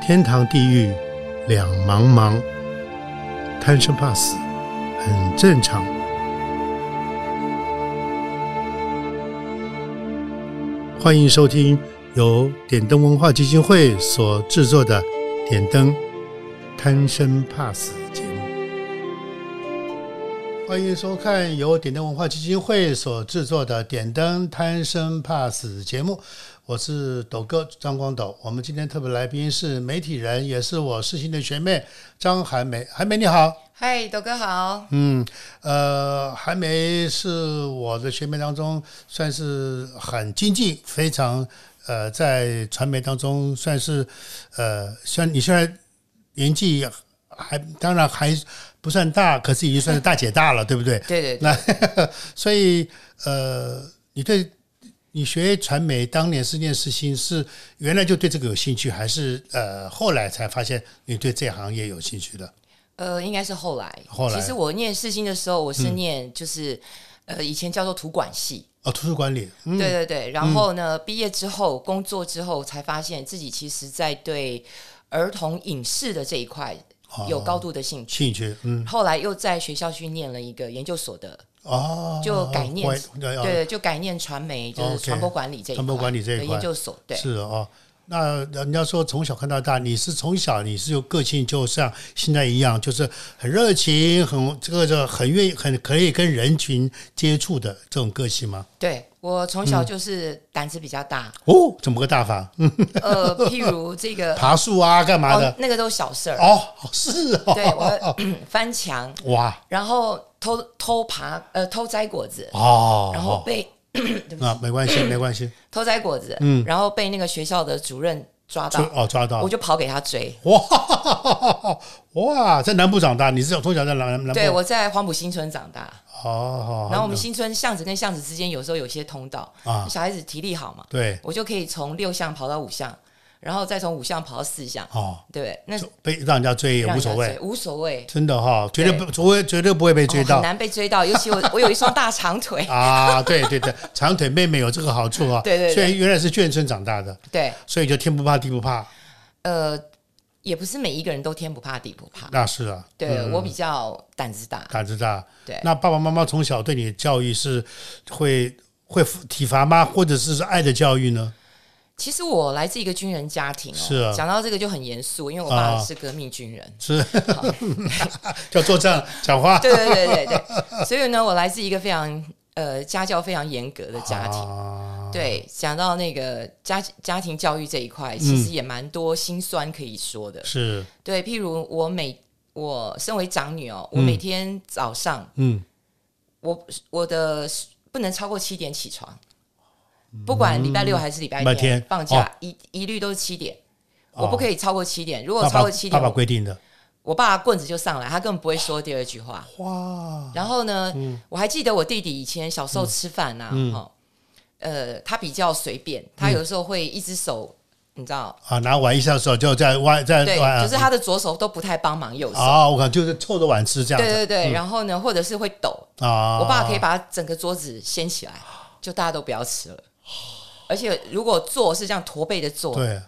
天堂地狱两茫茫，贪生怕死很正常。欢迎收听由点灯文化基金会所制作的《点灯贪生怕死》节目。欢迎收看由点灯文化基金会所制作的《点灯贪生怕死》节目。我是斗哥张光斗。我们今天特别来宾是媒体人，也是我世新的学妹张韩梅。韩梅你好，嗨，豆哥好。嗯，呃，韩梅是我的学妹当中算是很经济，非常呃，在传媒当中算是呃，虽然你现在年纪还当然还不算大，可是已经算是大姐大了，对不对？对对对，那所以呃，你对你学传媒当年是念世新，是原来就对这个有兴趣，还是呃后来才发现你对这行业有兴趣的？呃，应该是后来。后来其实我念世新的时候，我是念就是、呃，以前叫做图管系。哦，图书馆里，嗯，对对对。然后呢，毕业之后工作之后，才发现自己其实在对儿童影视的这一块有高度的兴趣。兴趣，哦嗯，后来又在学校去念了一个研究所的，哦，就改念会对对哦，对，就改念传媒，就 OK 是传播管理这一块。传播管理这一的块研究所，对是哦。那人家说从小看到大，你是从小你是有个性，就像现在一样，就是很热情，很这个这个很愿意，很可以跟人群接触的这种个性吗？对。我从嗯小就是胆子比较大，哦，怎么个大法？嗯， 呃，譬如这个爬树啊，干嘛哦的？，那个都是小事儿。哦，是哦， 对 我翻墙，哇，然后偷偷爬呃偷摘果子，哦，然后被、啊，没关系，没关 系，偷摘果子，嗯然后被那个学校的主任抓抓到，哦抓到我，就跑给他追。哇哇，在南部长大，你是从小在南南部，对，我在黄埔新村长大，哦，然后我们新村巷子跟巷子之间有时候有些通道，啊小孩子体力好嘛，对，我就可以从六巷跑到五巷，然后再从五巷跑到四巷，哦，对，那被让人家追也让无人家所追谓，无所谓，真的哈，绝对不，绝对绝对不会被追哦很到。难被追到，尤其我 我有一双大 长腿，啊，对对对，长腿妹妹有这个好处啊。对对对虽然原来是眷村长大的，对，所以就天不怕地不怕，呃，也不是每一个人都天不怕地不怕。那是啊，对、我比较胆子大，胆子大。对那爸爸妈妈从小对你的教育是会会体罚吗？或者是爱的教育呢？其实我来自一个军人家庭哦，是啊讲到这个就很严肃，因为我啊爸是革命军人，是要作战讲话对对对对对，所以呢，我来自一个非常呃家教非常严格的家庭。啊，对，讲到那个家家庭教育这一块，嗯其实也蛮多心酸可以说的。是对，譬如我每我身为长女哦，我嗯每天早上、嗯我我的不能超过七点起床，不管礼拜六还是礼拜嗯礼拜天哦放假，一一律都是七点。我不可以超过七点，如果爸超爸过七爸点，爸规定的我爸棍子就上来，他根本不会说第二句话。哇然后呢，嗯我还记得我弟弟以前小时候吃饭呐、啊，哈、呃，他比较随便，嗯他有时候会一只手，你知道，啊，拿碗一下手就在外在对，外就是他的左手都不太帮忙右手，啊，我看就是凑着碗吃这样对子嗯对对，然后呢，或者是会抖，啊。我爸可以把整个桌子掀起来，就大家都不要吃了。而且如果坐是这样驼背的坐，对，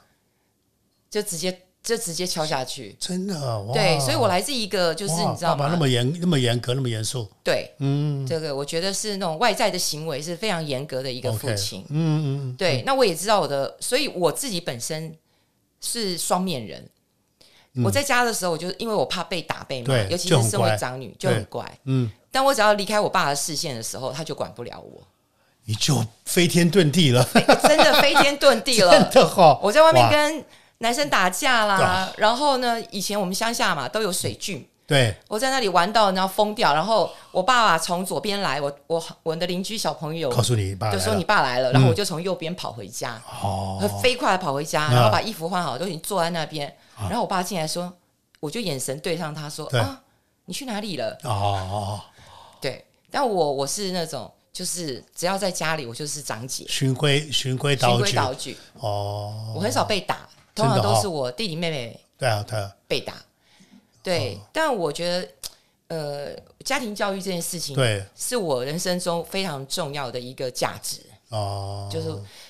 就直接就直接敲下去。真的啊哇，对，所以我来自一个就是哇你知道爸爸吗？那么严那么严格那么严肃，对，嗯这个我觉得是那种外在的行为是非常严格的一个父 OK 亲。嗯嗯对，那我也知道我的，所以我自己本身是双面人。我在家的时候，我就因为我怕被打被骂嗯对，尤其就是很身为乖长女就很对乖。嗯，但我只要离开我爸的视线的时候，他就管不了我，你就飞天遁地了，真的飞天遁地了。 真的哈。我在外面哇跟男生打架啦，然后呢，以前我们乡下嘛都有水郡，对我在那里玩到然后疯掉，然后我爸爸从左边来，我我我的邻居小朋友告诉你爸就来说了嗯你爸来了，然后我就从右边跑回家，哦很飞快的跑回家，啊然后把衣服换好，都已经坐在那边，然后我爸进来说，我就眼神对上他说对啊，你去哪里了？哦哦，哦对，但我我是那种就是只要在家里，我就是长姐，循规循规循蹈规矩蹈矩，哦，我很少被打，真通的常哦都是我弟弟妹妹。对啊对啊，被打。对，哦但我觉得，呃，家庭教育这件事情，对是我人生中非常重要的一个价值，哦，就是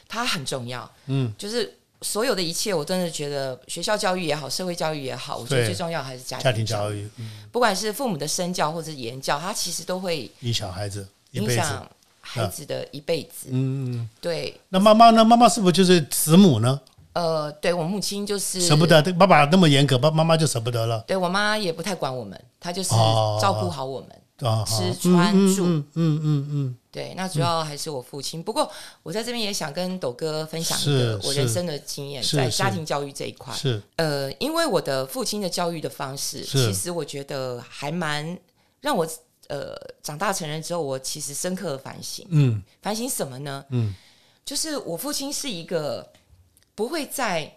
它很重要。嗯，就是所有的一切，我真的觉得学校教育也好，社会教育也好，我觉得对最重要还是家家庭庭育，教育，嗯不管是父母的身教或者言教，它其实都会影响孩子一影辈子。响孩子的一辈子。嗯，对，那妈妈呢？妈妈是不是就是慈母呢？呃，对我母亲就是舍不得，爸爸那么严格，爸妈妈就舍不得了对我妈也不太管我们，她就是哦照顾好我们。啊。吃啊穿嗯住嗯嗯嗯嗯对，那主要还是我父亲。不过我在这边也想跟斗哥分享一是个我是人生的经验，是在是家庭教育这一块嗯，。是呃，因为我的父亲的教育的方式，是其实我觉得还蛮让我呃长大成人之后，我其实深刻的反省。嗯反省什么呢？嗯，就是我父亲是一个不会在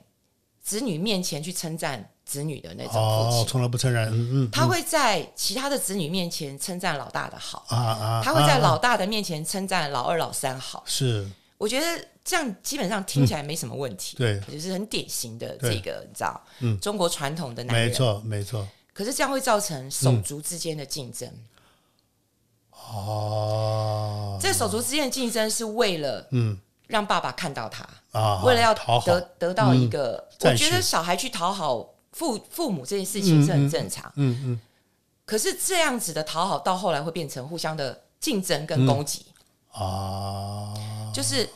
子女面前去称赞子女的那种父哦亲，，从来不承认，嗯嗯他会在其他的子女面前称赞老大的好，啊啊，他会在啊老大的面前称赞老二、老三好。是我觉得这样基本上听起来没什么问题，对，就是很典型的对这个，你知道，嗯中国传统的男人没错嗯没错。可是这样会造成手足之间的竞争。嗯哦，这手足之间的竞争是为了嗯让爸爸看到他，啊，为了要讨好嗯得，得到一个，赞我许觉得小孩去讨好父父母这件事情是很正常。嗯嗯，可是这样子的讨好到后来会变成互相的竞争嗯跟攻击，啊，就是。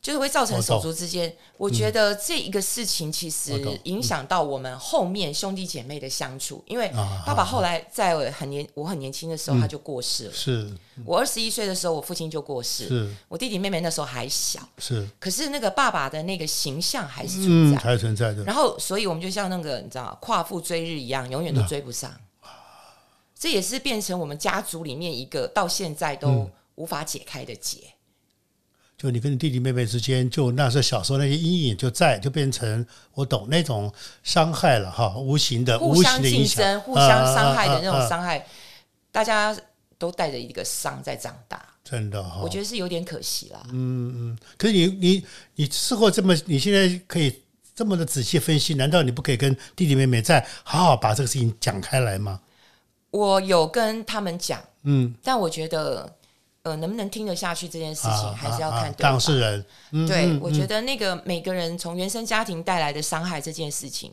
就是会造成我懂嗯手足之间，我觉得这一个事情其实我懂嗯影响到我们后面兄弟姐妹的相处，因为啊嗯爸爸后来在我很年我很年轻的时候他就过世了，是我二十一岁的时候我父亲就过世，是我弟弟妹妹那时候还小，是，可是那个爸爸的那个形象还是存嗯，在。还存在的，然后，所以我们就像那个你知道夸父追日一样，永远都嗯追不上。这也是变成我们家族里面一个到现在嗯都无法解开的结。就你跟你弟弟妹妹之间，就那时候小时候那些阴影就在，就变成我懂那种伤害了哈，无形的、互无相形的竞影响，争、互相伤害啊的那啊啊种啊伤害，大家都带着一个伤在长大，真的哈我。觉得是有点可惜啦。嗯可是你你你事后这么，你现在可以这么的仔细分析，难道你不可以跟弟弟妹妹再好好把这个事情讲开来吗？我有跟他们讲，嗯，但我觉得，呃，能不能听得下去这件事情，还是要啊看对当方。事人，嗯对，嗯我觉得那个每个人从原生家庭带来的伤害这件事情，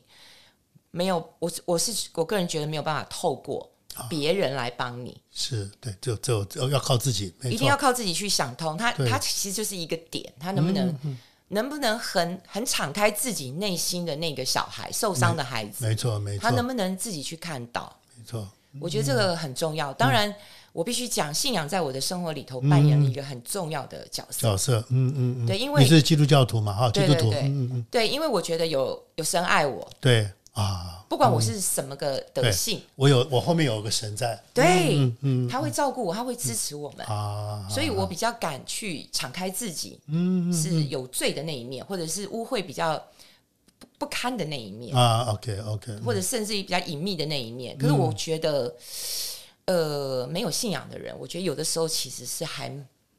没有我是我是我个人觉得没有办法透过啊别人来帮你，是对，就就要靠自己，没一错定要，靠自己去想通。它对嗯它其实就是一个点，它能不能、能不能很很敞开自己内心的那个小孩受伤的孩子，没错，没他错，嗯能不能自己去看到？没错，我觉得这个很重要。当然，我必须讲，信仰在我的生活里头嗯扮演了一个很重要的角色。角色，嗯嗯嗯，对因为你是基督教徒嘛，哈，基对督对徒，对嗯嗯嗯，对，因为我觉得有有神爱我，对啊，不管我是什么个德性，我有我后面有个神在对，嗯他会照顾我，他会支持我们，啊，所以我比较敢去敞开自己，嗯是有罪的那一面，或者是污秽比较不不堪的那一面，啊，OK 嗯 OK，或者甚至于比较隐秘的那一面。可是我觉得，呃，没有信仰的人，我觉得有的时候其实是还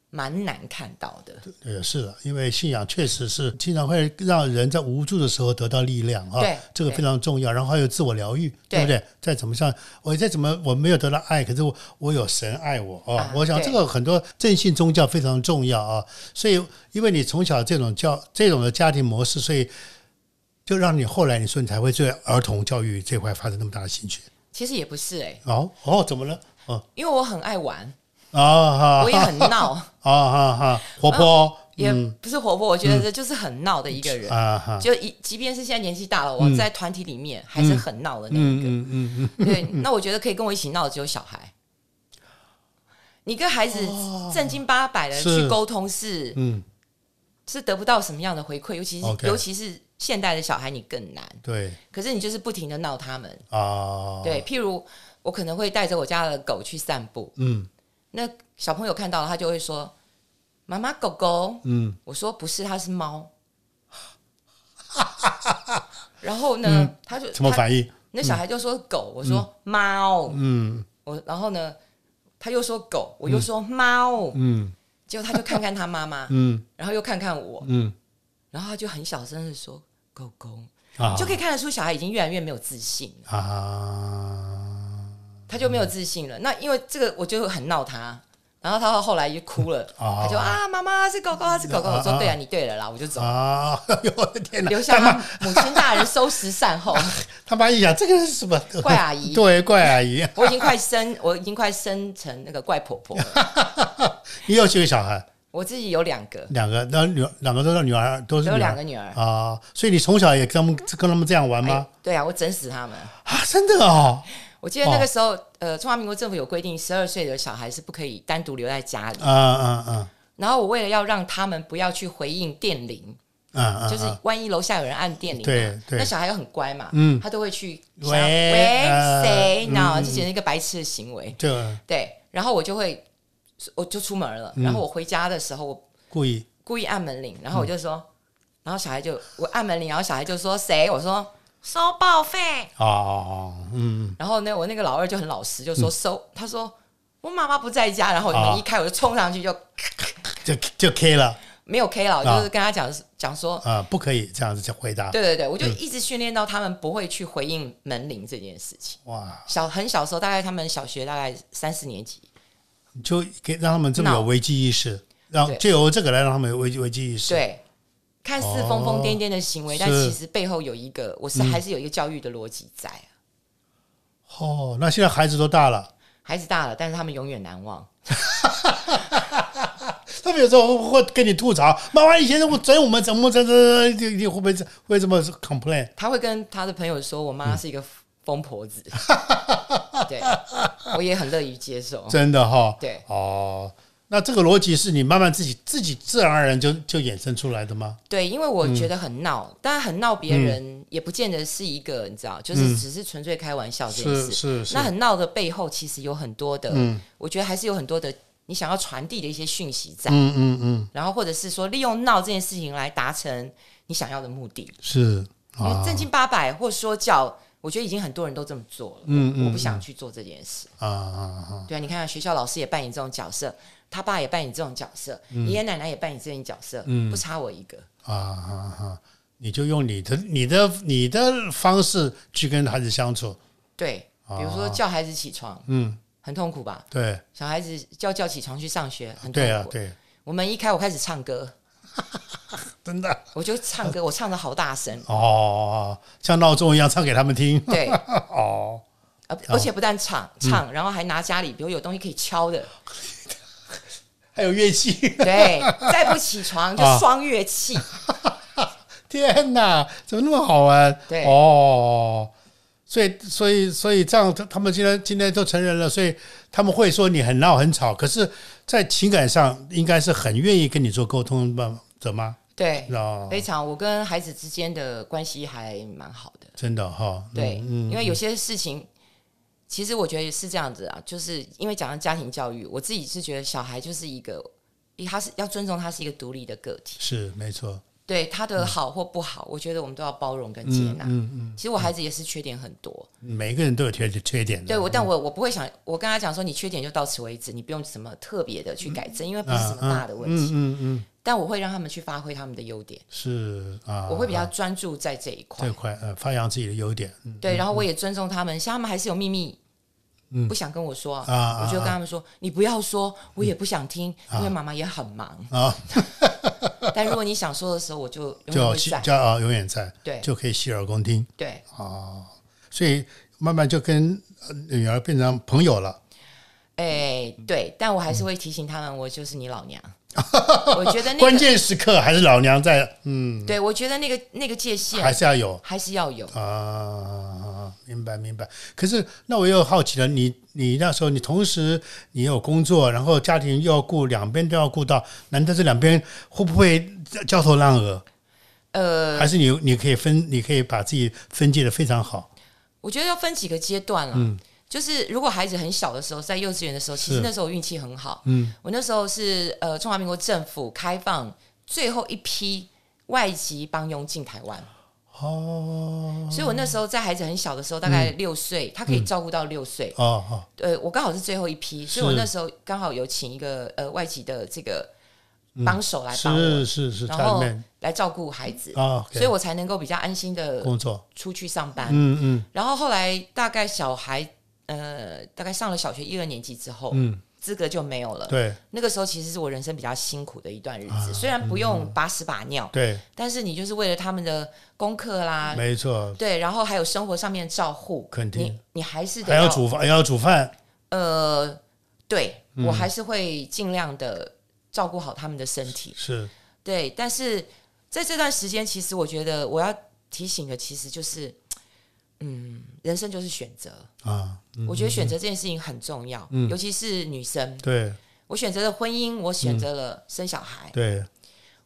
蛮难看到的。也是的，因为信仰确实是经常会让人在无助的时候得到力量啊对，这个非常重要。然后还有自我疗愈，对对不对？再怎么上，我再怎么我没有得到爱，可是我我有神爱我啊。啊我想对这个很多正信宗教非常重要啊。所以，因为你从小这种教这种的家庭模式，所以就让你后来你说你才会对儿童教育这块发生那么大的兴趣。其实也不是哎、哦哦，怎么了？哦因为我很爱玩，啊我也哈 很闹，啊哈哈，活泼哦也不是活泼，我觉嗯得这就是很闹的一个人。啊哈，就一，即便是现在年纪大了，我在团体里面还是很闹的那一个。嗯嗯嗯，对，那我觉得可以跟我一起闹的只有小孩。你跟孩子正经八百的哦是去沟通是嗯，是得不到什么样的回馈，尤其是 OK 尤其是现代的小孩，你更难。对。可是你就是不停的闹他们。啊，，对，譬如我可能会带着我家的狗去散步，嗯那小朋友看到了，他就会说：“妈妈，狗狗。”嗯，我说：“不是，它是猫。”然后呢，他就什嗯么他反应？那小孩就说狗，我说猫，嗯我然后呢，他又说狗，我又说猫，嗯结果他就看看他妈妈，嗯然后又看看我，嗯，然后他就很小声的说狗狗，啊就可以看得出小孩已经越来越没有自信了，啊，嗯他就没有自信了。那因为这个，我就很闹他，然然后他后来就哭了，啊 他就啊，妈妈是狗狗，它是狗狗。啊我说啊对啊，你对了啦，我就走，啊！哎呦我的天哪！留下他妈他母亲大人收拾善 后。他妈一想，这个人是什么？怪阿 姨对，怪阿姨。我已经快生，我已经快生成那个怪婆婆了。你有几个小孩？我自己有两个，两个，那女两个都是女儿，都是有女两儿个女儿。啊。所以你从小也跟他们跟他们这样玩吗哎？对啊，我整死他们。啊，真的哦。我记得那个时候，呃，中华民国政府有规定，十二岁的小孩是不可以单独留在家里。啊啊啊然后我为了要让他们不要去回应电铃，啊啊！就是万一楼下有人按电铃嘛，对对那小孩又很乖嘛，嗯他都会去喂想要喂呃谁嗯呢？嗯这简直一个白痴的行为。就对，然后我就会，我就出门嗯了，然后我回家的时候，我故意故意按门铃，然后我嗯就说，然后小孩就我按门铃，然后小孩就说谁？我说收报费。哦哦，嗯，然后呢，我那个老二就很老实，就说收，他说我妈妈不在家，然后我啊门一开，我就冲上去就就就 K 了没有 K 了，我就是跟他讲讲说，啊，不可以这样子就回答。对对对，我就嗯一直训练到他们不会去回应门铃这件事情。哇，小很小时候，大概他们小学大概三四年级，就给让他们这么有闹危机意识，让对就由这个来让他们有危机危机意识。对，看似疯疯癫癫的行为，哦但是嗯其实背后有一个，我是还是有一个教育的逻辑在。哦，那现在孩子都大了，孩子大了，但是他们永远难忘。他们有时候会会跟你吐槽，妈妈以前我整我们怎么怎么怎么，你会不会会这么 complain？他会跟他的朋友说：“我妈嗯是一个疯婆 子。对，我也很乐于接受。真的哈、对哦，那这个逻辑是你慢慢自己自己自然而然就就衍生出来的吗？对，因为嗯我觉得很闹，当然很闹别人，也不见得是一个你知道，就是只是纯粹开玩笑这嗯件是事。是是嗯那，很闹的背后，其实有很多的，我觉得还是有很多的你想要传递的一些讯息在，嗯嗯嗯，然后或者是说利用闹这件事情来达成你想要的目的。是因啊为正经八百或说教，我觉得已经很多人都这么做了，嗯嗯我不想去做这件事。啊啊啊！对啊，你看看学校老师也扮演这种角色，他爸也扮演这种角色，嗯爷爷、奶奶也扮演这种角色，不差我一个。啊啊啊！你就用你的、你的、你的方式去跟孩子相处，对，比如说叫孩子起床，哦嗯，很痛苦吧？对，小孩子叫叫起床去上学，很痛对苦。啊，对，我们一开，我开始唱歌，真的。我就唱歌，我唱的好大声 哦，像闹钟一样唱给他们听， 对，哦，嗯而而且不但唱唱，然后还拿家里，比如有东西可以敲的，还有乐器， 对，再不起床就啊双乐器，天哪，怎么那么好玩？对哦，所以，所以，所以这样，他他们今天今天都成人了，所以他们会说你很闹很吵，可是，在情感上应该是很愿意跟你做沟通吧的吗？对，哦，非常，我跟孩子之间的关系还蛮好的，真的哈、哦，对，嗯，嗯因为有些事情，其实我觉得是这样子啊，就是因为讲到家庭教育，我自己是觉得小孩就是一个，一他是要尊重他是一个独立的个体，是没错，对他的好或不好，我觉得我们都要包容跟接纳。嗯嗯。嗯其实我孩子也是缺点很多，每个人都有缺缺点的。对我，但我我不会想，我跟他讲说你缺点就到此为止，你不用什么特别的去改正，因为不是什么大的问嗯题。嗯嗯，但我会让他们去发挥他们的优点，是啊，我会比较专注在这一块这。块呃发扬自己的优点，嗯对，然后我也尊重他们，像他们还是有秘密，不想跟我说，啊啊嗯我就跟他们说，你不要说，我也不想听，因为妈妈也很忙。啊， 但如果你想说的时候，我就永远就会在。就啊永远在，对就可以洗耳恭听对，啊，所以慢慢就跟呃女儿变成朋友了。哎，对，但我还嗯是会提醒他们，我就是你 老娘。我觉得那关个，键时刻还是老娘在，嗯，对我觉得那个那个界还限是要有还是要有。啊，明白明白。可是那我又好奇了，你你那时候你同时你有工作，然后家庭又要顾，两边都要顾到，难道这两边会不会焦头烂额？呃，还是你你可以分，你可以把自己分界的非常好。我觉得要分几个阶段啦。就是如果孩子很小的时候，在幼稚园的时候，其嗯实是那时候我运气很好。嗯，我那时候是呃中华民国政府开放最后一批外籍帮佣进台湾，哦嗯所以我那时候在孩子很小的时候，大概六岁，他可以照顾到六岁。哦哦，呃，我刚好是最后一批，所以我那时候刚好有请一个呃外籍的这个帮手来帮我，嗯是是是，然家里后面来照顾孩子，啊，所以我才能够比较安心的工作，出去上班。嗯嗯，然后后来大概小孩呃，大概上了小学一二年级之后，资格就没有了。嗯对啊那个时候其实是我人生比较辛苦的一段日子，虽然不嗯用把屎把尿，对，但是你就是为了他们的功课啦，没错，对，然后还有生活上面照护，嗯肯定你你还是得还要煮饭，还要煮饭，呃，对嗯我还是会尽量的照顾好他们的身体。是对，但是在这段时间，其实我觉得我要提醒的，其实就是，嗯，人生就是选择。啊，我觉得选择这件事情很重要，嗯尤其是女生。对我选择了婚姻，嗯我选择了生小孩，对，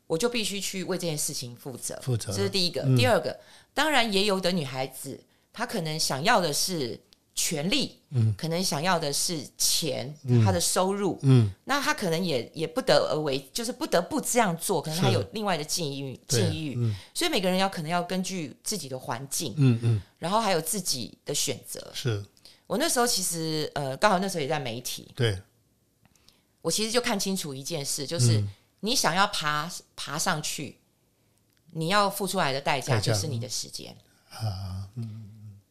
我就必须去为这件事情负责。负责嗯这是第一个。第二个，当然也有的女孩子，她可能想要的是权利，可能想要的是钱，她的收入，嗯，那她可能也也不得而为，就是不得不这样做，可能她是有另外的境遇，对境遇，所以每个人要可能要根据自己的环境，嗯嗯，然后还有自己的选择。是我那时候其实呃，刚好那时候也在媒体，对，我其实就看清楚一件事，嗯就是你想要爬爬上去，你要付出来的代价代价嗯啊就是你的时间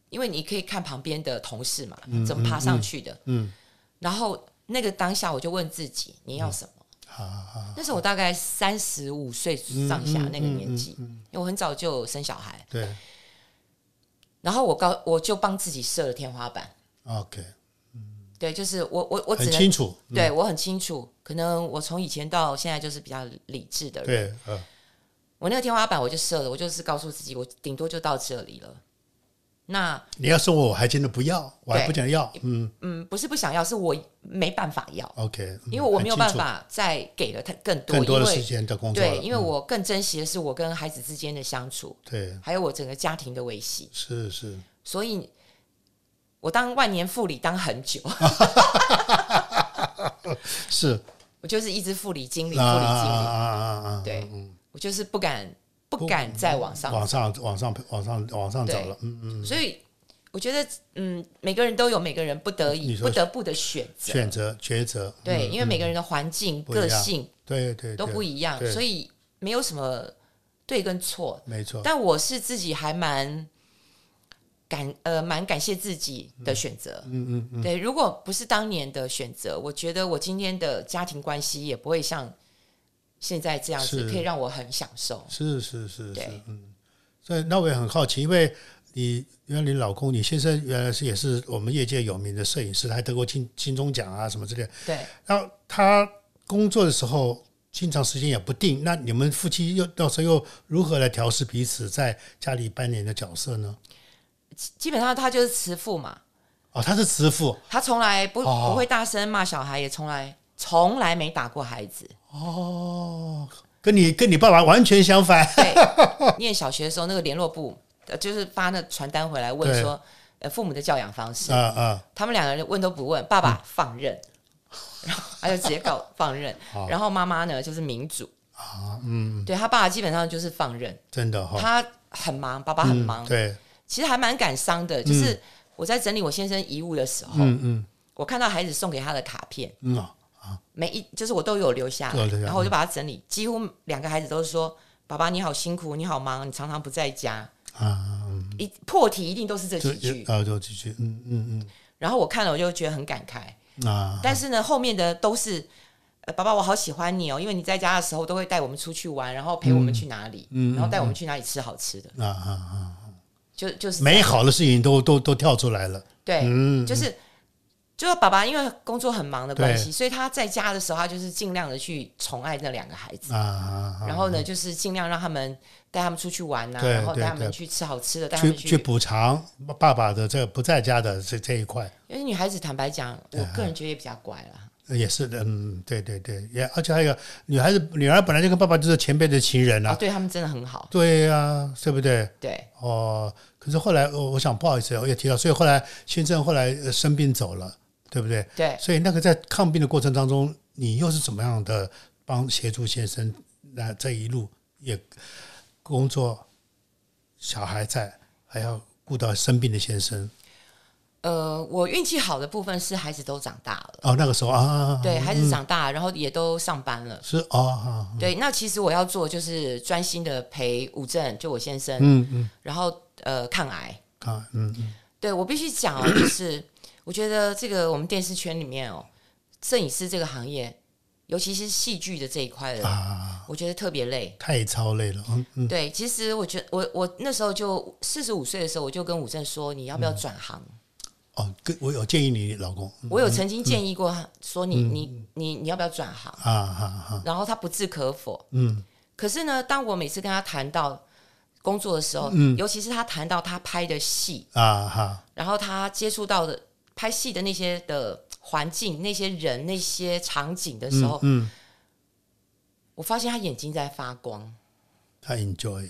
因为你可以看旁边的同事嘛，怎么爬上去的，嗯然后那个当下我就问自己，你要什么？啊啊，嗯那时候我大概三十五岁上下那个年纪，因为我很早就生小孩，对然后我告我就帮自己设了天花板， ，OK，对，就是我我我只很能清楚，对我很清楚，可能我从以前到现在就是比较理智的人，对，呃，我那个天花板我就设了，我就是告诉自己，我顶多就到这里了。那你要送我，我还真的不要，我还不想要，嗯嗯，不是不想要，是我没办法要， ，OK，嗯因为我没有很办清楚法再给了他更多，更多的因时为间的工作了，嗯对，因为我更珍惜的是我跟孩子之间的相处，对，还有我整个家庭的维系。是是，所以，我当万年护理当很久， 是我就是一直护理经理，护理经理，啊啊啊啊啊！对、我就是不敢不敢再往上往上往上往上往上走对了，嗯，所以我觉得，嗯，每个人都有每个人不得你已、说不得不的选择。选择抉择，对，因为每个人的环境、不一样个性对对都不一，一样对，所以没有什么对跟错。没错，但我是自己还蛮感呃蛮感谢自己的选择。嗯嗯对，如果不是当年的选择，我觉得我今天的家庭关系也不会像现在这样子是，可以让我很享受。是是是是对，嗯，所以那我也很好奇，因为你原来你老公，你先生原来是也是我们业界有名的摄影师，还得过金金钟奖啊什么之类的。对，然后他工作的时候，经常时间也不定，那你们夫妻又到时候又如何来调试彼此在家里扮演的角色呢？基本上他就是慈父嘛，哦，他是慈父他从来不、哦不会大声骂小孩，也从来从来没打过孩 子。哦，跟你跟你爸爸完全相反，对，念小学的时候，那个联络部呃就是发那传单回来问对说，呃，父母的教养方式，啊啊，他们两个人问都不问，爸嗯爸放任，然后他就直接告 放任，然后妈妈呢就是民主啊，嗯，对他爸爸基本上就是放任，真的哈、他很忙，爸爸很忙，对，其实还蛮感伤的，就是我在整理我先生遗物的时候，嗯嗯我看到孩子送给他的卡片。嗯啊，每一就是我都有留下都来有留，下嗯然后我就把它整理。几乎两个孩子都是说：“爸爸，你好辛苦，你好忙，你常常不在家。”啊，一破题一定都是这嗯就几句。啊就几句，嗯嗯然后我看了，我就觉得很感慨。嗯啊，但是呢，后面的都是，呃，爸爸，我好喜欢你哦，因为你在家的时候都会带我们出去玩，然后陪我嗯们去哪里，然后带我们去哪里吃好吃的，啊啊啊！就就是美好的事情都都都跳出来了，对，嗯就是。就是爸爸因为工作很忙的关系，所以他在家的时候，他就是尽量的去宠爱那两个孩子。啊啊然后呢，就是尽量让他们带他们出去玩呐、对然后对带他对们去吃好吃的，带啊！他去们去补偿爸爸的这个不在家的这这一块，因为女孩子坦白讲，嗯我个人觉得也比较乖啦。呃也是的，嗯，对对对，也而且还有女孩子，女儿本来就跟爸爸就是前辈的情人啊，啊，对他们真的很好。对呀、啊，对不对？对，哦，可是后来我我想不好意思，我也提到，所以后来先生后来呃生病走了，对不对？对所以那个在抗病的过程当中，你又是怎么样的帮协助先生？那这一路也工作，小孩在，还要顾到生病的先生。呃，我运气好的部分是孩子都长大了，哦，那个时候啊，对，孩子长大，然后也都上班了。是哦啊，对，那其实我要做就是专心的陪吴正，就我先生，嗯嗯，然后呃抗癌。啊嗯嗯对我必须讲哦，就是我觉得这个我们电视圈里面哦，摄影师这个行业，尤其是戏剧的这一块的，啊，我觉得特别累。太操累了，嗯嗯，对，其实我觉得我我那时候就四十五岁的时候，我就跟武正说，你要不要转行？哦，跟我有建议你老公，嗯我有曾经建议过他，说你、你你你要不要转行？啊啊啊，然后他不置可否。嗯，可是呢，当我每次跟他谈到工作的时候，嗯尤其是他谈到他拍的戏，啊哈，然后他接触到的拍戏的那些的环境、那些人、那些场景的时候，嗯，我发现他眼睛在发光。他 enjoy，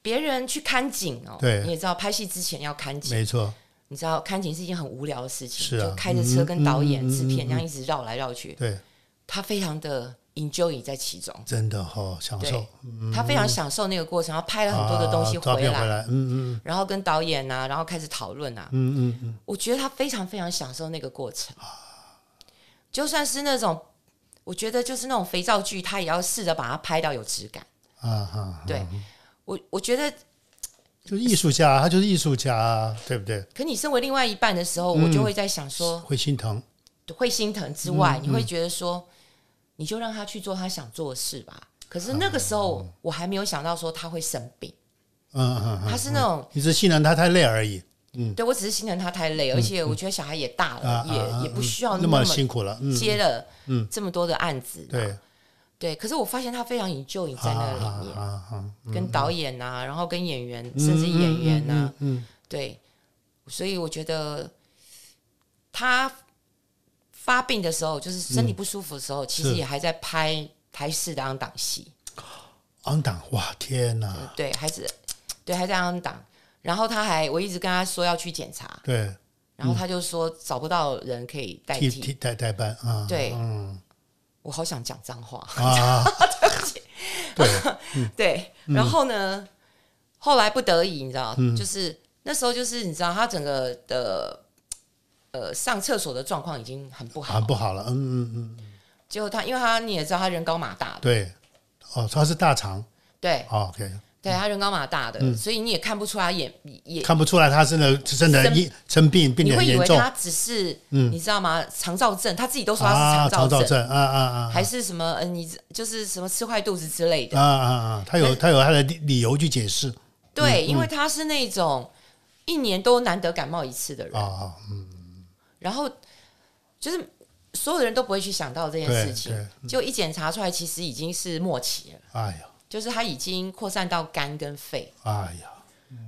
别人去看景哦，对你也知道，拍戏之前要看景，没错，你知道看景是一件很无聊的事情，是啊就开着车跟导演、嗯嗯嗯制片这样一直绕来绕去，对，他非常的 enjoy 在其中，真的好享受对，他非常享受那个过程，然后拍了很多的东西啊照回片来，回来，嗯嗯然后跟导演啊，然后开始讨论啊，嗯嗯嗯，我觉得他非常非常享受那个过程，就算是那种。我觉得就是那种肥皂剧，他也要试着把它拍到有质感。啊哈，对我，我觉得，就艺术家，他就是艺术家，对不对？可你身为另外一半的时候，嗯我就会在想说，会心疼，会心疼之外，嗯你会觉得说，你就让他去做他想做的事吧。可是那个时候，我还没有想到说他会生病，嗯嗯嗯，他是那种，你只是心疼他太累而已，对我只是心疼他太累，而且我觉得小孩也大嗯啊了，也也不需要那那么么辛苦了，嗯，接了这么多的案子。对，对，可是我发现他非常 enjoy 在那里面，啊啊，跟导演啊，然后跟演员，甚至演员啊，嗯，对，所以我觉得他发病的时候，就是身体不舒服的时候，其嗯实是也还在拍台式的昂档戏，昂档，哇，天哪，对，还是对还在昂档。然后他还，我一直跟他说要去检查，对，然后他就说找不到人可以代嗯替替。替代代班啊，对嗯我好想讲脏话，啊，对，对。嗯然后呢，后来不得已，你知道，就是那时候就是你知道他整个的呃上厕所的状况已经很不好，很不好了，嗯嗯嗯，结果他，因为他你也知道，他人高马大的，对，哦，他是大肠哦对，OK，对，他人高马大的，嗯所以你也看不出他眼也，看不出来他真的真的生因生病病你得会很以严为重嗯他只是，你知道吗？肠燥症，他自己都说他啊，是肠燥症，症，啊啊啊，还是什么？嗯、你就是什么吃坏肚子之类的。啊啊啊！他有他有他的理理由去解释嗯对，因为他是那种一年都难得感冒一次的人，啊啊，然后就是所有的人都不会去想到这件对事情对，嗯就一检查出来，其实已经是末期了，哎呀就是他已经扩散到肝跟肺。哎呀，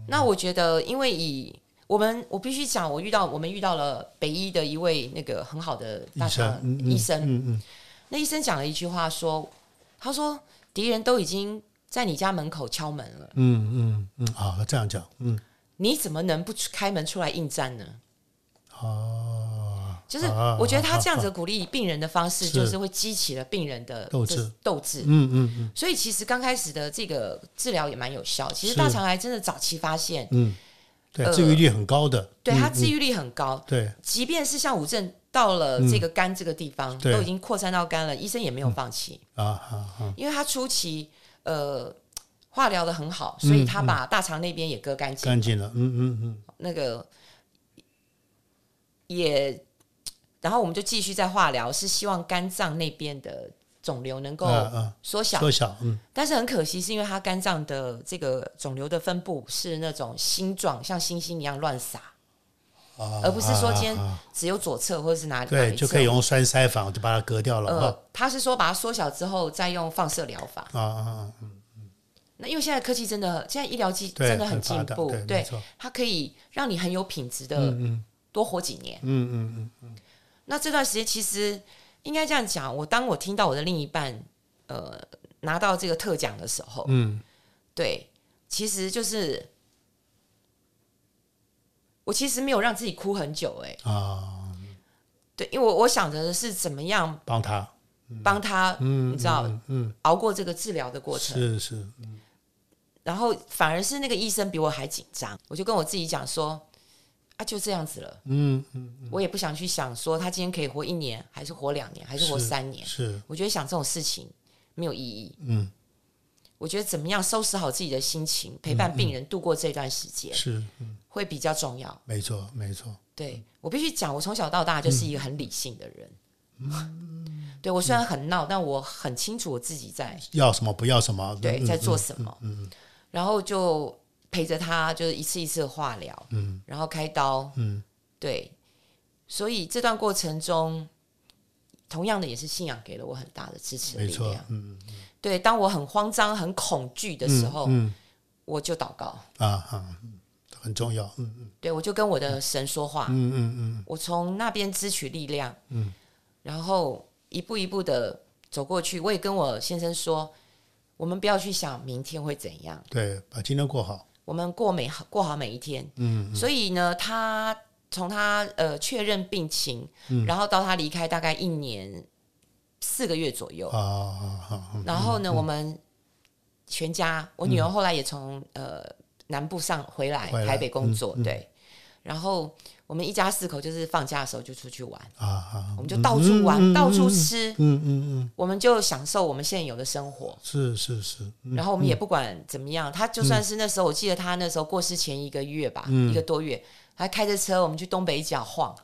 那我觉得，因为以我们，我必须讲，我遇到我们遇到了北医的一位那个很好的大医生肠嗯嗯医生，嗯嗯，那医生讲了一句话说，他说敌人都已经在你家门口敲门了，嗯嗯嗯，啊，这样讲，嗯，你怎么能不出开门出来应战呢？哦，就是啊我觉得他这样子鼓励病人的方式，是就是会激起了病人的斗志就是斗志。嗯嗯嗯，所以其实刚开始的这个治疗也蛮有效。其实是大肠癌真的早期发现，对，呃治愈率很高的，对嗯它治愈率很高，对即便是像五症到了这个肝这个地方，嗯对都已经扩散到肝了，医生也没有放弃，啊啊啊，因为他初期呃化疗的很好，所以他嗯把大肠那边也割干净，干净了，嗯嗯嗯，那个也，然后我们就继续在化疗，是希望肝脏那边的肿瘤能够啊缩啊，小，缩小，嗯但是很可惜，是因为他肝脏的这个肿瘤的分布是那种星状，像星星一样乱撒，啊，而不是说今天啊啊只有左侧或者是哪里哪对一就侧可以用栓塞法就把它割掉了哦呃，他是说把它缩小之后再用放射疗法。啊啊啊，嗯那因为现在科技真的，现在医疗技对，真的很发进达步，对，没对，错，它可以让你很有品质的多活几年。嗯嗯嗯，那这段时间其实应该这样讲，我当我听到我的另一半呃拿到这个特奖的时候，嗯，对，其实就是我其实没有让自己哭很久、哎，啊，对，因为我我想着的是怎么样帮他，帮他，你知道嗯嗯，熬过这个治疗的过程。是是，然后反而是那个医生比我还紧张，我就跟我自己讲说，啊，就这样子了，嗯我也不想去想说他今天可以活一年，还是活两年，还是活三年，是，我觉得想这种事情没有意义。嗯我觉得怎么样收拾好自嗯己的心情，陪伴病人度过这段时间、是，会比较重要。没错没错，对我必须讲，我从小到大嗯就是一个很理性的人。对我虽然很闹，但我很清楚我自己在要嗯什么不要什么，对嗯在做什么，然后就陪着他，就是一次一次的化疗，然后开刀，嗯对，所以这段过程中，同样的也是信仰给了我很大的支持没力错量，。嗯对，当我很慌张、很恐惧的时候，嗯我就祷告，啊啊，嗯很重要，嗯嗯对我就跟我的神说话，嗯嗯嗯，我从那边支取力量，嗯，然后一步一步的走过去。我也跟我先生说，我们不要去想明天会怎样，对，把今天过好，我们过每过好每一天。嗯，所以呢，他从他呃确认病情，嗯然后到他离开大概一年四个月左右，啊啊啊，嗯然后呢，我们全家，我女儿后来也从、呃南部上回来回来嗯台北工作，对。然后我们一家四口就是放假的时候就出去玩，啊啊我，们就到处玩，嗯嗯嗯到处吃，嗯嗯嗯，我们就享受我们现有的生活。是是是，嗯然后我们也不管怎么样，他就算是那时候，我记得他那时候过世前一个月吧，嗯一个多月，他开着车我们去东北角晃，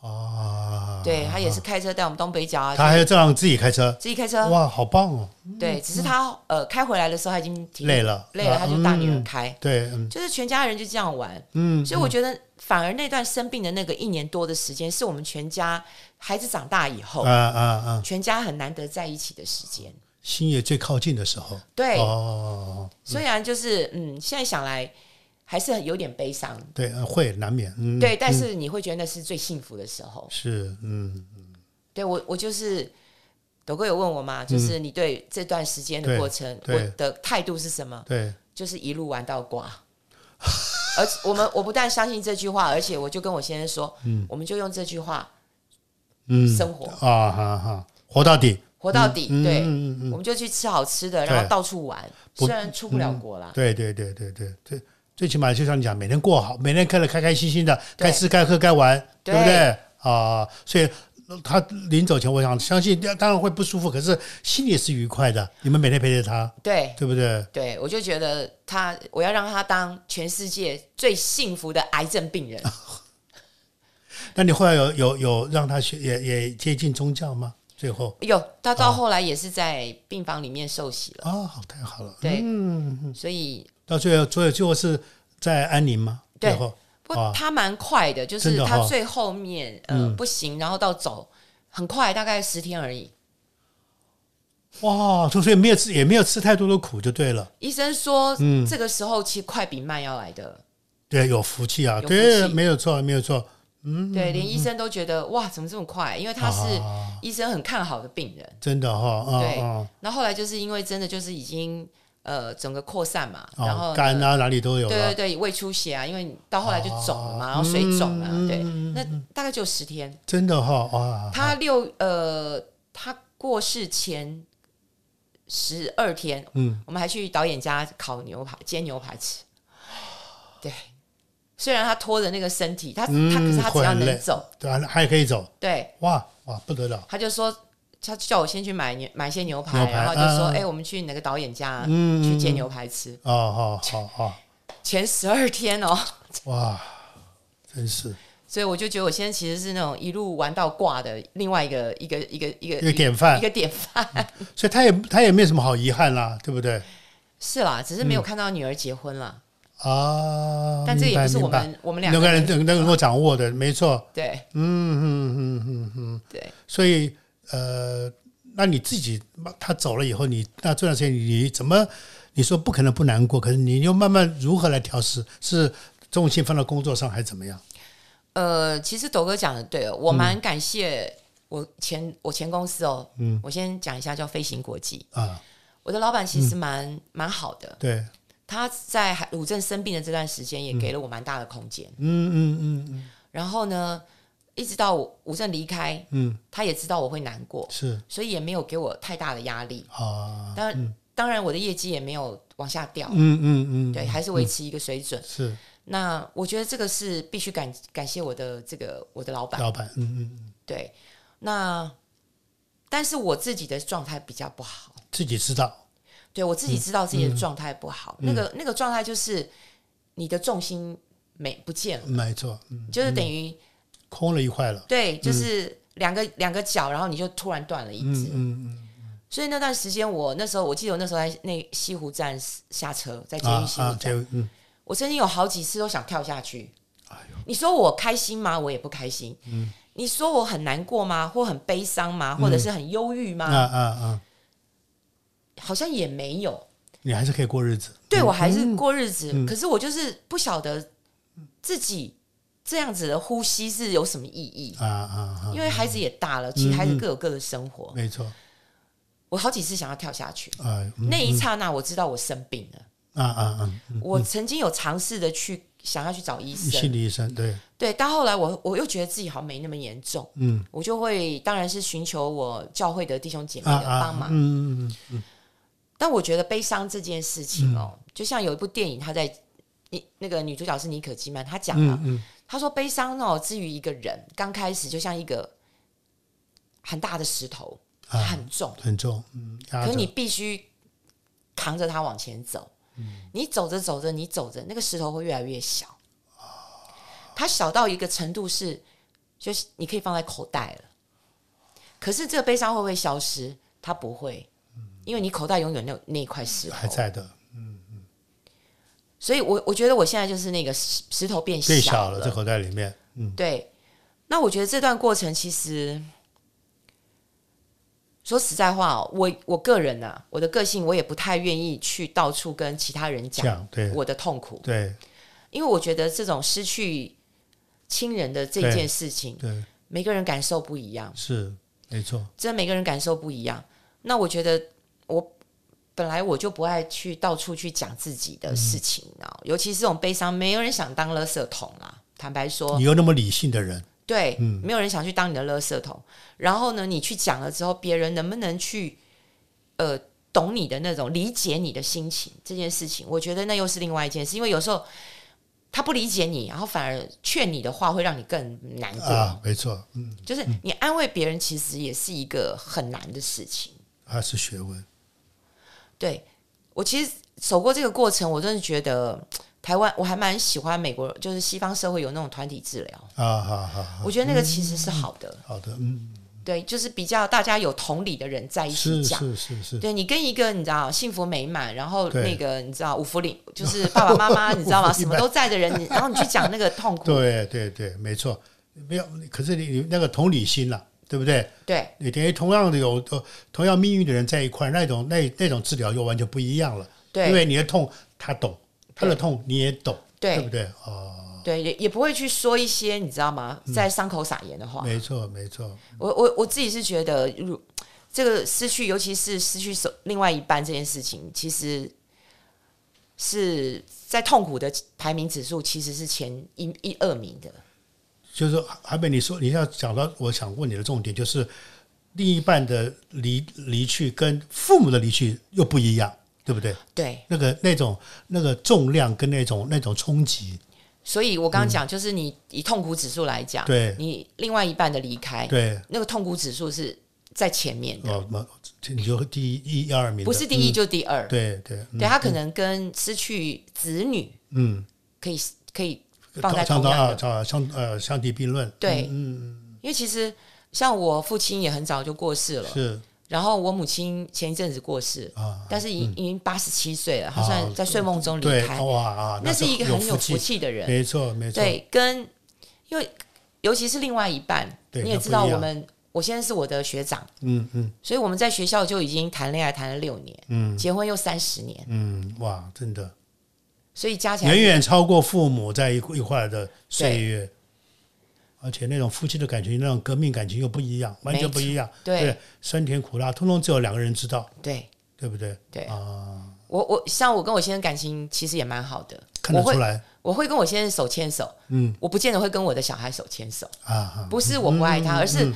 啊，对他也是开车带我们东北角啊，他还要这样自己开车，自己开车，哇，好棒哦，对，只是他呃开回来的时候他已经挺累了累了，啊他就大女儿嗯开，对，嗯就是全家人就这样玩，嗯，所以我觉得反而那段生病的那个一年多的时间，是我们全家孩子长大以后，啊啊啊，全家很难得在一起的时间。星爷最靠近的时候，对，哦，虽然就是嗯，现在想来还是很有点悲伤，对，呃会难免，嗯，对，但是你会觉得那是最幸福的时候。是，嗯，对我，我就是。斗哥有问我嘛，就是你对这段时间的嗯对过程，我对的态度是什么？对，就是一路玩到挂。 而且我们我不但相信这句话，而且我就跟我先生说，我们就用这句话嗯，生活啊哈哈，活到底，活到底。嗯对，嗯嗯我们就去吃好吃的，对然后到处玩。不虽然出不了国啦嗯，，对对对对对对，最起码就像你讲，每天过好，每天开的开开心心的，对该吃该喝该玩，对对不对啊？所以。他临走前，我想相信，当然会不舒服，可是心里是愉快的。你们每天陪着他，对对不对？对，我就觉得他，我要让他当全世界最幸福的癌症病人。啊那你后来有有有让他学也也接近宗教吗？最后有，哎他哦到后来也是在病房里面受洗了，啊，好太好了。对嗯，所以到最后，最后最后是在安宁吗？对最后不啊，他蛮快的，就真是的他哦嗯最后面呃不行，然后到走很快，大概十天而已。哇，就所以没有吃也没有吃太多的苦就对了。医生说，嗯这个时候其实快比慢要来的，对，有福气啊，有福对，气没有错，没有错。嗯对，连医生都觉得哇，怎么这么快？因为他是啊医生很看好的病人。真的哈、啊对啊，那后来就是因为真的就是已经呃整个扩散嘛，啊然后呢肝啊哪里都有对对了，对胃出血啊，因为你到后来就肿了嘛，然后水肿啊，哦嗯对，那大概就十天。真的哈、啊，他六呃他过世前十二天，嗯，我们还去导演家烤牛排煎牛排吃，对。虽然他拖着那个身体，他他可是他嗯只要会很累能走，对啊，还可以走，对，哇哇不得了，他就说，他叫我先去买牛买些牛排，牛排然后就说，嗯哎、我们去哪个导演家、嗯去煎牛排吃。哦好好好，前十二天哦，哇，真是所以我就觉得我现在其实是那种一路玩到挂的另外一个一个一个一个一个典范一个典范。所以他也他也没有什么好遗憾啦，对不对？是啦，只是没有看到女儿结婚啦，啊，但这明也白不是我明白们我们两能个够人 能能够掌握的，没错，对嗯嗯嗯嗯嗯，对所以呃，那你自己他走了以后，你那这段时间你怎么你说不可能不难过，可是你又慢慢如何来调试？是重心放到工作上还是怎么样？呃，其实斗哥讲的对、哦，我蛮感嗯谢我前我前公司哦，嗯，我先讲一下叫飞行国际，啊，我的老板其实蛮蛮、好的，对，他在海鲁镇生病的这段时间也给了我蛮大的空间，嗯嗯嗯嗯，然后呢，一直到我吴镇离开，嗯，他也知道我会难过，是所以也没有给我太大的压力。啊，当然，当然我的业绩也没有往下掉，嗯嗯嗯，对，，还是维持一个水准。是那我觉得这个是必须感感谢我的这个我的老板，老板，嗯嗯，嗯对。那但是我自己的状态比较不好，自己知道，嗯对我自己知道自己的状态不好，那个那个状态就是你的重心没不见了，没错，嗯，就是等于空了一块了，对，就是两个两个脚，然后你就突然断了一只嗯。嗯嗯，所以那段时间，我那时候我记得我那时候在那西湖站下车，在捷啊运西湖啊，站，这嗯，我曾经有好几次都想跳下去。哎嗯你说我开心吗？我也不开心。你说我很难过吗？或很悲伤吗？或者是很忧郁啊吗？啊啊，好像也没有。你还是可以过日子，对我还嗯是过日子，可是我就是不晓得自己这样子的呼吸是有什么意义，啊啊啊，因为孩子也大了，嗯其实孩子各有各的生活。没错，我好几次想要跳下去，啊嗯那一刹那我知道我生病了。啊啊啊，嗯我曾经有尝试的去想要去找医生，心理医生对，对，但后来我我又觉得自己好像没那么严重，嗯我就会当然是寻求我教会的弟兄姐妹啊的啊帮，忙。嗯嗯嗯嗯，但我觉得悲伤这件事情哦，就像有一部电影，他在你那个女主角是妮可基曼，她讲了、嗯嗯他说悲伤哦，至于一个人刚开始就像一个很大的石头，啊很重，很重，嗯，压可你着，必须扛着它往前走。嗯你走着走着，你走着，那个石头会越来越小。它小到一个程度是，就是你可以放在口袋了。可是这个悲伤会不会消失？它不会，因为你口袋永远那那一块嗯石还头。在的，所以我我觉得我现在就是那个石石头变变小小了，在口袋里面，嗯对，那我觉得这段过程其实说实在话、哦，我我个人呢、我的个性我也不太愿意去到处跟其他人讲讲对我的痛苦，对因为我觉得这种失去亲人的这对件事情，对每个人感受不一样，是没错，真的每个人感受不一样。那我觉得我。本来我就不爱去到处去讲自己的事情啊，尤其是这种悲伤，没有人想当垃圾桶啦。坦白说，你又那么理性的人，对，嗯没有人想去当你的垃圾桶。然后呢，你去讲了之后，别人能不能去呃懂你的那种理解你的心情这件事情，我觉得那又是另外一件事，因为有时候他不理解你，然后反而劝你的话会让你更难过。啊，没错，嗯，就是你安慰别人，其实也是一个很难的事情。还是学问，对我其实走过这个过程，我真的觉得台湾我还蛮喜欢美国，就是西方社会有那种团体治疗，啊，好好好，我觉得那个其实是好的。好的，嗯，对，就是比较大家有同理的人在一起是讲。是是是，对你跟一个你知道幸福美满，然后对那个你知道五福临就是爸爸妈妈你知道吗？ 五福什临么满都在 的人，你然后你去讲那个痛苦，对对对，没错，没有，可是你你那个同理心啦、对不对？对你等于同样的有呃同样命运的人在一块，那种那那种治疗又完全不一样了，因对为你的痛他懂，他的痛你也懂，对不对对？哦，对，也也不会去说一些你知道吗，在伤口撒盐的话。嗯没错没错，我我我自己是觉得，如这个失去，尤其是失去手另外一半这件事情，其实是在痛苦的排名指数其实是前一一二名的。就是说还没你说你要讲到，我想问你的重点就是另一半的离离去跟父母的离去又不一样，对不对？对，那个那种那个重量跟那种那种冲击，所以我刚刚讲，就是你以痛苦指数来讲，嗯对你另外一半的离开，对。那个痛苦指数是在前面的，哦，那你就第一、一二名的，嗯不是第一就第二。对对，嗯对他可能跟失去子女嗯，可以可以放在相同当样啊，相的，相呃相提并论，对嗯，嗯因为其实像我父亲也很早就过世嗯了，是然后我母亲前一阵子过世，啊，但是已已经八十七岁了，她啊算在睡梦中离对开，哇啊，那是一个很有福气，气的人。没错没错，对，跟因为尤其是另外一半，对你也那知不道一我样们，我现在是我的学长。嗯嗯所以我们在学校就已经谈恋爱谈了六年，嗯结婚又三十年，嗯，哇，真的所以加起远来，远超过父母在一一块的岁月。而且那种夫妻的感情，那种革命感情又不一样，完全不一样。对酸甜苦辣，通通只有两个人知道，对对不对？对啊，我我像我跟我先生感情其实也蛮好的，看我得会出来，我会跟我先生手牵手，嗯我不见得会跟我的小孩手牵手，啊啊，不是我不爱他，而是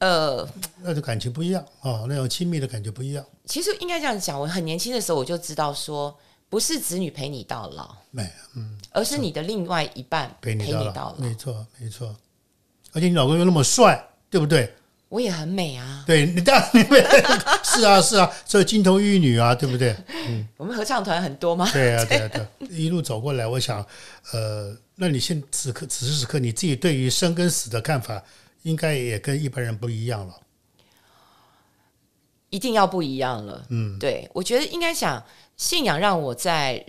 呃，那种感情不一样啊，那种亲密的感觉不一样。其实应该这样讲，我很年轻的时候我就知道说，不是子女陪你到老，没，嗯，而是你的另外一半陪你陪到你老，嗯到老。没错没错。而且你老公又那么帅，对不对？我也很美啊。对，你当然你们是啊是啊，所以金童玉女啊，对不对？我们合唱团很多吗？对啊对啊对啊，一路走过来，我想，呃，那你现此刻此时此刻你自己对于生跟死的看法，应该也跟一般人不一样了。一定要不一样了。嗯，对，我觉得应该讲信仰让我在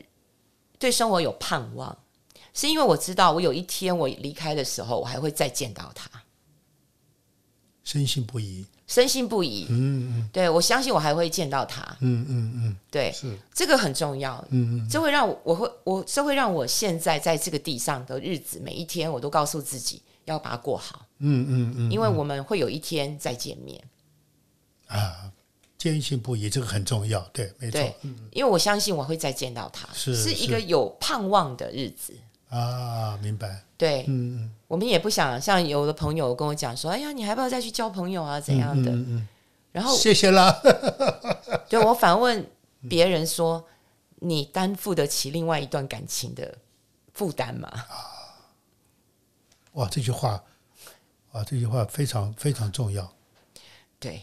对生活有盼望，是因为我知道我有一天我离开的时候，我还会再见到他，深信不疑，深信不疑。嗯嗯对我相信我还会见到他，嗯嗯对嗯，，是，这个很重要。嗯嗯这会让我，我会，我这会让我现在在这个地上的日子，每一天我都告诉自己要把它过好，嗯嗯嗯，因为我们会有一天再见面。啊，坚信不疑这个很重要，对，没错嗯对，因为我相信我会再见到他，是一个有盼望的日子。啊，明白，对，嗯嗯，我们也不想像有的朋友跟我讲说：“哎呀，你还不要再去交朋友啊，怎样的？”嗯然嗯，后谢谢啦，对我反问别人说：“你担负得起另外一段感情的负担吗哇，这句话，哇，这句话非常非常重要，？”对，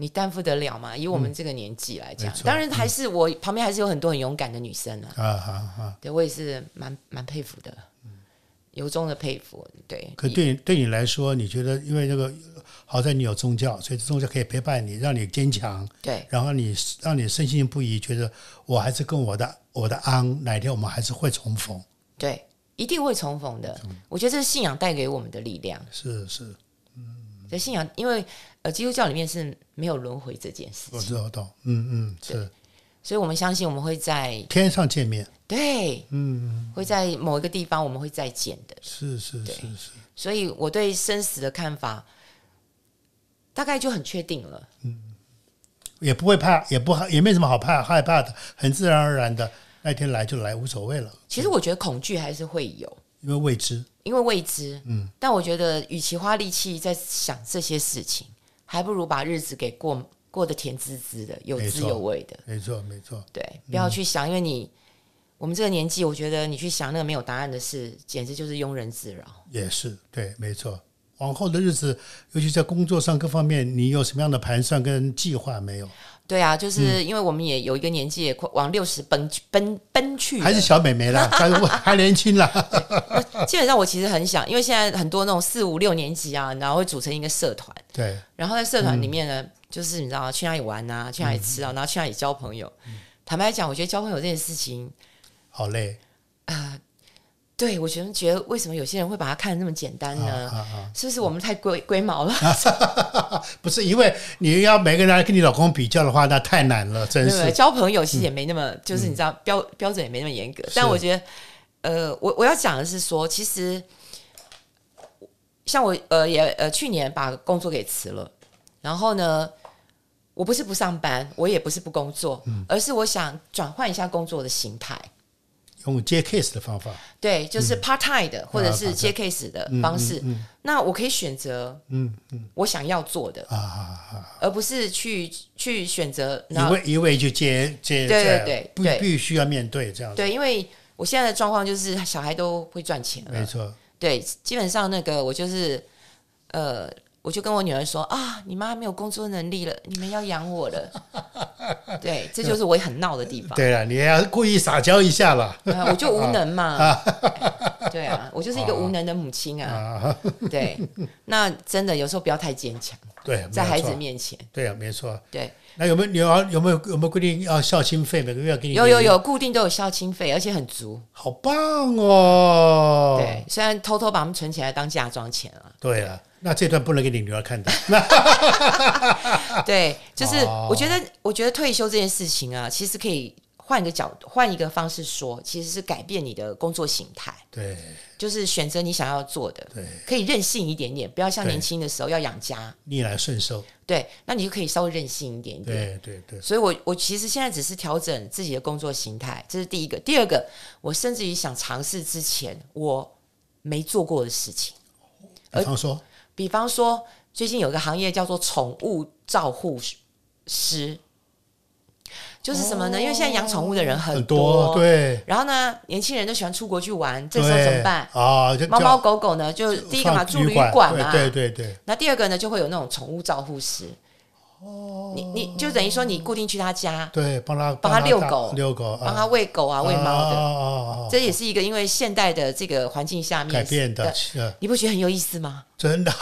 你担负得了吗？以我们这个年纪来嗯讲没，错当然还是我旁边还是有很多很勇敢的女生啊，啊啊啊！对我也是蛮蛮佩服的，由衷的佩服。对，嗯可对你对你来说，你觉得因为这个，好在你有宗教，所以宗教可以陪伴你，让你坚强，对，然后你让你深信不疑，觉得我还是跟我的我的安，哪一天我们还是会重逢。对，一定会重逢的。我觉得这是信仰带给我们的力量。是是，所以信仰，因为呃，基督教里面是没有轮回这件事我情，知道，我懂，嗯嗯，是所以我们相信我们会在天上见面，对，嗯，会在某一个地方我们会再见的。是是是是，所以我对生死的看法大概就很确定了。也不会怕，也不也没什么好怕害怕的，很自然而然的，那天来就来，无所谓了，其实我觉得恐惧还是会有，因为未知。因为未知。嗯，但我觉得与其花力气在想这些事情，还不如把日子给过过得甜滋滋的，有没滋错有味的。没错没错，对，不要去想，因为你我们这个年纪，我觉得你去想那个没有答案的事，简直就是庸人自扰。也是对，没错。往后的日子，尤其在工作上各方面，你有什么样的盘算跟计划没有？对啊，嗯就是因为我们也有一个年纪，也快往六十奔去奔奔去了，还是小美眉 啦，还是还年轻啦。基本上我其实很想，因为现在很多那种四五六年级啊，然后会组成一个社团，对，然后在社团里面嗯呢，就是你知道去哪里玩啊，去哪里吃啊，然后去哪里交朋友。嗯坦白讲，我觉得交朋友这件事情，呃好累对我觉得觉得为什么有些人会把它看得那么简单啊呢？啊啊！是不是我们太龟龟毛了？不是因为你要每个人来跟你老公比较的话，那太难了，真对不嗯对？是。嗯交朋友其实也没那么，就是你知道标标准也没那么严格。但我觉得，呃，我我要讲的是说，其实像我呃也呃去年把工作给辞了，然后呢，我不是不上班，我也不是不工作，嗯而是我想转换一下工作的形态。用接 case 的方法，对，就是 part time 的，或者啊是，part-time 接 case 的方式。那我可以选择嗯嗯我想要做的，啊啊，啊而不是去去选择一然后位一位就接接，对这样对不对必须要面对这样子，对，因为我现在的状况就是小孩都会赚钱没了，错，对，基本上那个我就是呃，我就跟我女儿说啊，你妈没有工作能力了，你们要养我了，对，这就是我很闹的地方，对了，啊你要故意撒娇一下了啊我就无 能嘛，对啊，我就是一个无能的母亲啊，啊， 对，那真的有时候不要太坚强，对，在没孩错子面前，对，啊没错。对，那有没有你要有没有有没有规定要孝心费每个月要给你？有有，有固定都有孝亲费，而且很足，好棒哦！对，虽然偷偷把他们存起来当嫁妆钱了。对啊，那这段不能给你女儿看到。那 对，就是哦我觉得，我觉得退休这件事情啊，其实可以换一个角，换一个方式说，其实是改变你的工作形态，对就是选择你想要做的，对，可以任性一点点，不要像对年轻的时候要养家。逆来顺受，对，那你就可以稍微任性一点点。对对对，所以我我其实现在只是调整自己的工作形态，这是第一个。第二个，我甚至于想尝试之前我没做过的事情，呃比方说比方说最近有个行业叫做宠物照护师，就是什么呢？因为现在养宠物的人很很多对，然后呢，年轻人都喜欢出国去玩，这对时候怎么办？啊？就猫猫狗狗呢，就叫第一个嘛放住旅馆嘛，对对对对，那第二个呢，就会有那种宠物照护师。哦，你你就等于说你固定去他家，对，帮他帮他遛打狗遛狗，帮他喂狗啊、喂猫的，的，这也是一个因为现代的这个环境下面啊改变的的，，呃你不觉得很有意思吗？真的。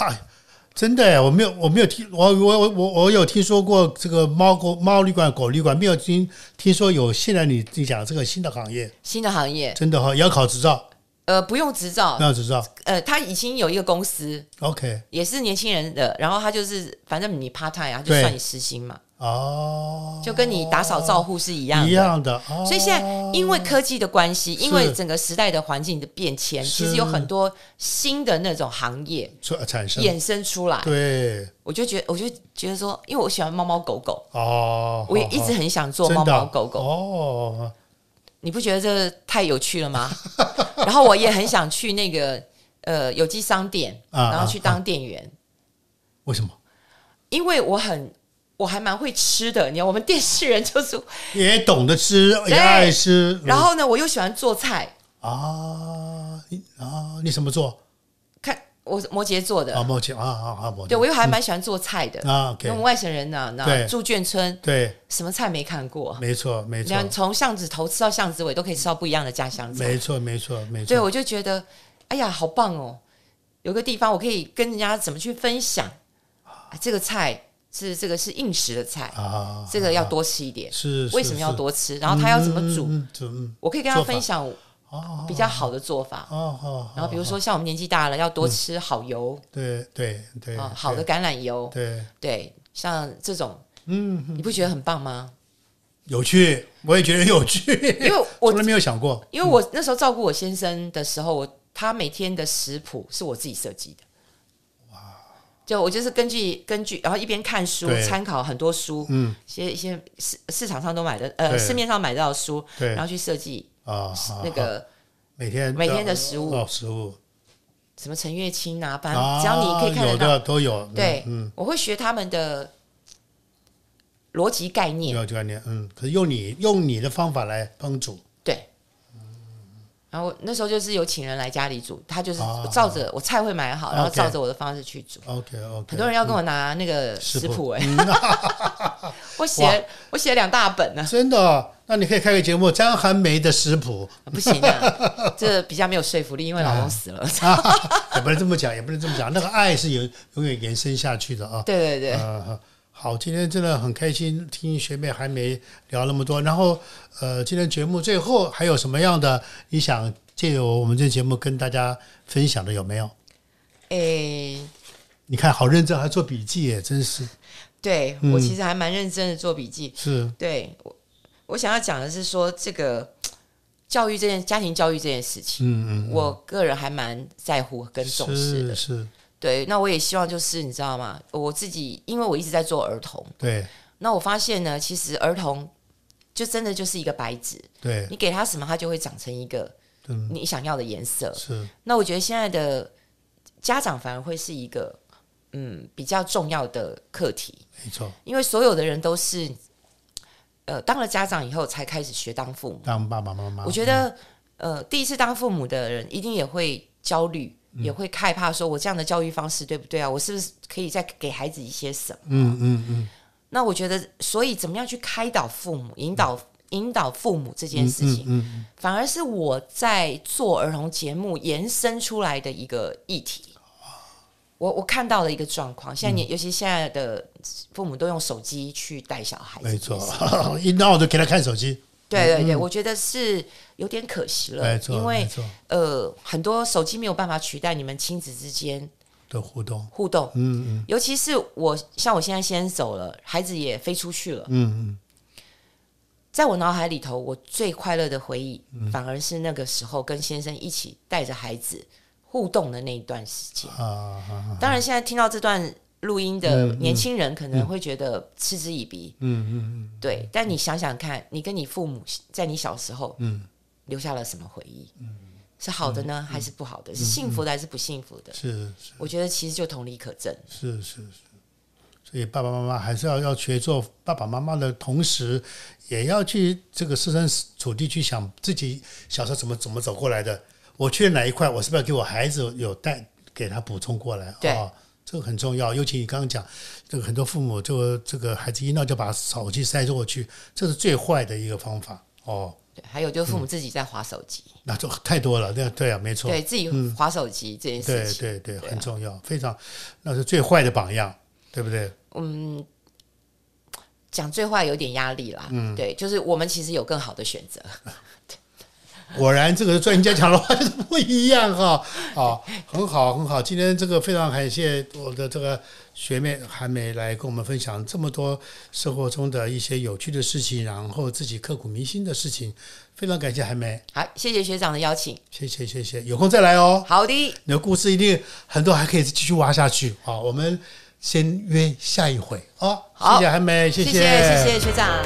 真的耶，我没有，我没有听，我我我我我有听说过这个猫狗猫旅馆、狗旅馆，没有听听说有现在你你讲这个新的行业，新的行业，真的哈、也要考执照，呃，不用执照，那执照呃，他已经有一个公司， ，OK，也是年轻人的，然后他就是反正你 part time 啊，就对算你时薪嘛，哦，就跟你打扫照护是一样的。一样的，哦、所以现在因为科技的关系，因为是整个时代的环境的变迁，是其实有很多新的那种行业出呃产生衍生出来。对我就觉得，我就觉得说，因为我喜欢猫猫狗狗，哦，啊我也一直很想做猫猫狗狗，哦，你不觉得这太有趣 了吗？然后我也很想去那个呃有机商店，啊然后去当店员，为什么因为我很我还蛮会吃的，你看我们电视人就是，也懂得吃，也对爱吃，嗯然后呢我又喜欢做菜，啊，你啊，你什么座？看我是摩羯座的，啊，摩羯啊啊啊，摩羯呃对我又还蛮喜欢做菜的。啊那我们，OK，外省人呢、那对住眷村，对，什么菜没看过？没错，没你错，看从巷子头吃到巷子尾，都可以吃到不一样的家乡菜。没错，没错，没对，错，我就觉得，哎呀，好棒哦！有个地方我可以跟人家怎么去分享，啊、这个菜是这个是应时的菜，啊，这个要多吃一点。是为什么要？多吃？然后他要怎么煮？煮？嗯我可以跟他做法分享哦比较好的做法。哦哦，嗯然后比如说像我们年纪大了，要多吃好油对对对，啊，好的橄榄油，对，对，像这种，嗯，你不觉得很棒吗？有趣，我也觉得有趣，因为我从来没有想过因为我那时候照顾我先生的时候，我他每天的食谱是我自己设计的。就我就是根据根据，然后一边看书，对参考很多书，嗯，一些一些市市场上都买的，呃，对市面上买到的书，对然后去设计啊，那个每天每天的食物哦，食物什么陈月清啊，反正啊，只要你可以看有得到，的都有，对嗯，我会学他们的逻辑概嗯念，有概念，嗯，可是用你用你的方法来烹煮，对。然后那时候就是有请人来家里煮，他就是啊照着我菜会买好，然后 OK 照着我的方式去煮。 OK OK，很多人要跟我拿那个食 谱哎、嗯我哇写我写两大本呢、真的哦、那你可以开个节目《张寒梅的食谱啊，不行 啊，这比较没有说服力，因为老公死了。》啊，也不能这么讲，也不能这么讲，那个爱是永永远延伸下去的啊。对 对对，呃，好，今天真的很开心，听学妹还没聊那么多。然后，呃，今天节目最后还有什么样的你想借由我们这节目跟大家分享的有没有？诶、你看，好认真，还做笔记耶，真是对嗯我其实还蛮认真的做笔记。是对我，我想要讲的是说这个教育这件家庭教育这件事情，嗯嗯，我个人还蛮在乎跟重视是的。是，对，那我也希望就是你知道吗？我自己因为我一直在做儿童，对那我发现呢，其实儿童就真的就是一个白纸。对你给他什么，他就会长成一个嗯你想要的颜色。是那我觉得现在的家长反而会是一个嗯比较重要的课题，没错，因为所有的人都是呃当了家长以后才开始学当父母。当爸爸妈妈，我觉得呃第一次当父母的人一定也会焦虑。嗯也会害怕，说我这样的教育方式对不对啊？我是不是可以再给孩子一些什么？嗯嗯嗯，那我觉得，所以怎么样去开导父母、引导、引导父母这件嗯事情嗯，嗯，反而是我在做儿童节目延伸出来的一个议题。我我看到了一个状况，现在嗯你、尤其现在的父母都用手机去带小孩子，没错，一闹就给他看手机，对对对，我觉得是有点可惜了没，错，因为没错呃，很多手机没有办法取代你们亲子之间的互动，互动，嗯嗯尤其是我像我现在先走了，孩子也飞出去了，嗯嗯，在我脑海里头，我最快乐的回忆，嗯反而是那个时候跟先生一起带着孩子互动的那一段时间。啊啊啊，当然，现在听到这段录音的年轻人可能会觉得嗤之以鼻，嗯嗯嗯，对。但你想想看，你跟你父母在你小时候，嗯留下了什么回忆？是好的呢，还是不好的？嗯是幸福的还是不幸福的？是我觉得其实就同理可证。是是是，所以爸爸妈妈还是要要学做爸爸妈妈的同时，也要去这个设身处地去想自己小时候怎么怎么走过来的。我缺哪一块，我是不是要给我孩子有带给他补充过来？对哦，这个很重要。尤其你刚刚讲，这个很多父母就这个孩子一闹就把手机塞过去，这是最坏的一个方法哦。对，还有就是父母自己在划手机，那就太多了，对对啊，没错，对自己划手机这件对事情，对对，对啊很重要，非常，那是最坏的榜样，对不对？讲最坏有点压力啦。嗯，对，就是我们其实有更好的选择。果然，这个专家讲的话就是不一样哈、 好，很好，很好。今天这个非常感谢我的这个学妹韩梅来跟我们分享这么多生活中的一些有趣的事情，然后自己刻骨铭心的事情。非常感谢韩梅，好，谢谢学长的邀请。谢谢谢谢，有空再来 哦。好的，你的故事一定很多，还可以继续挖下去啊。我们先约下一回啊。好谢谢韩梅，谢谢谢谢谢学长。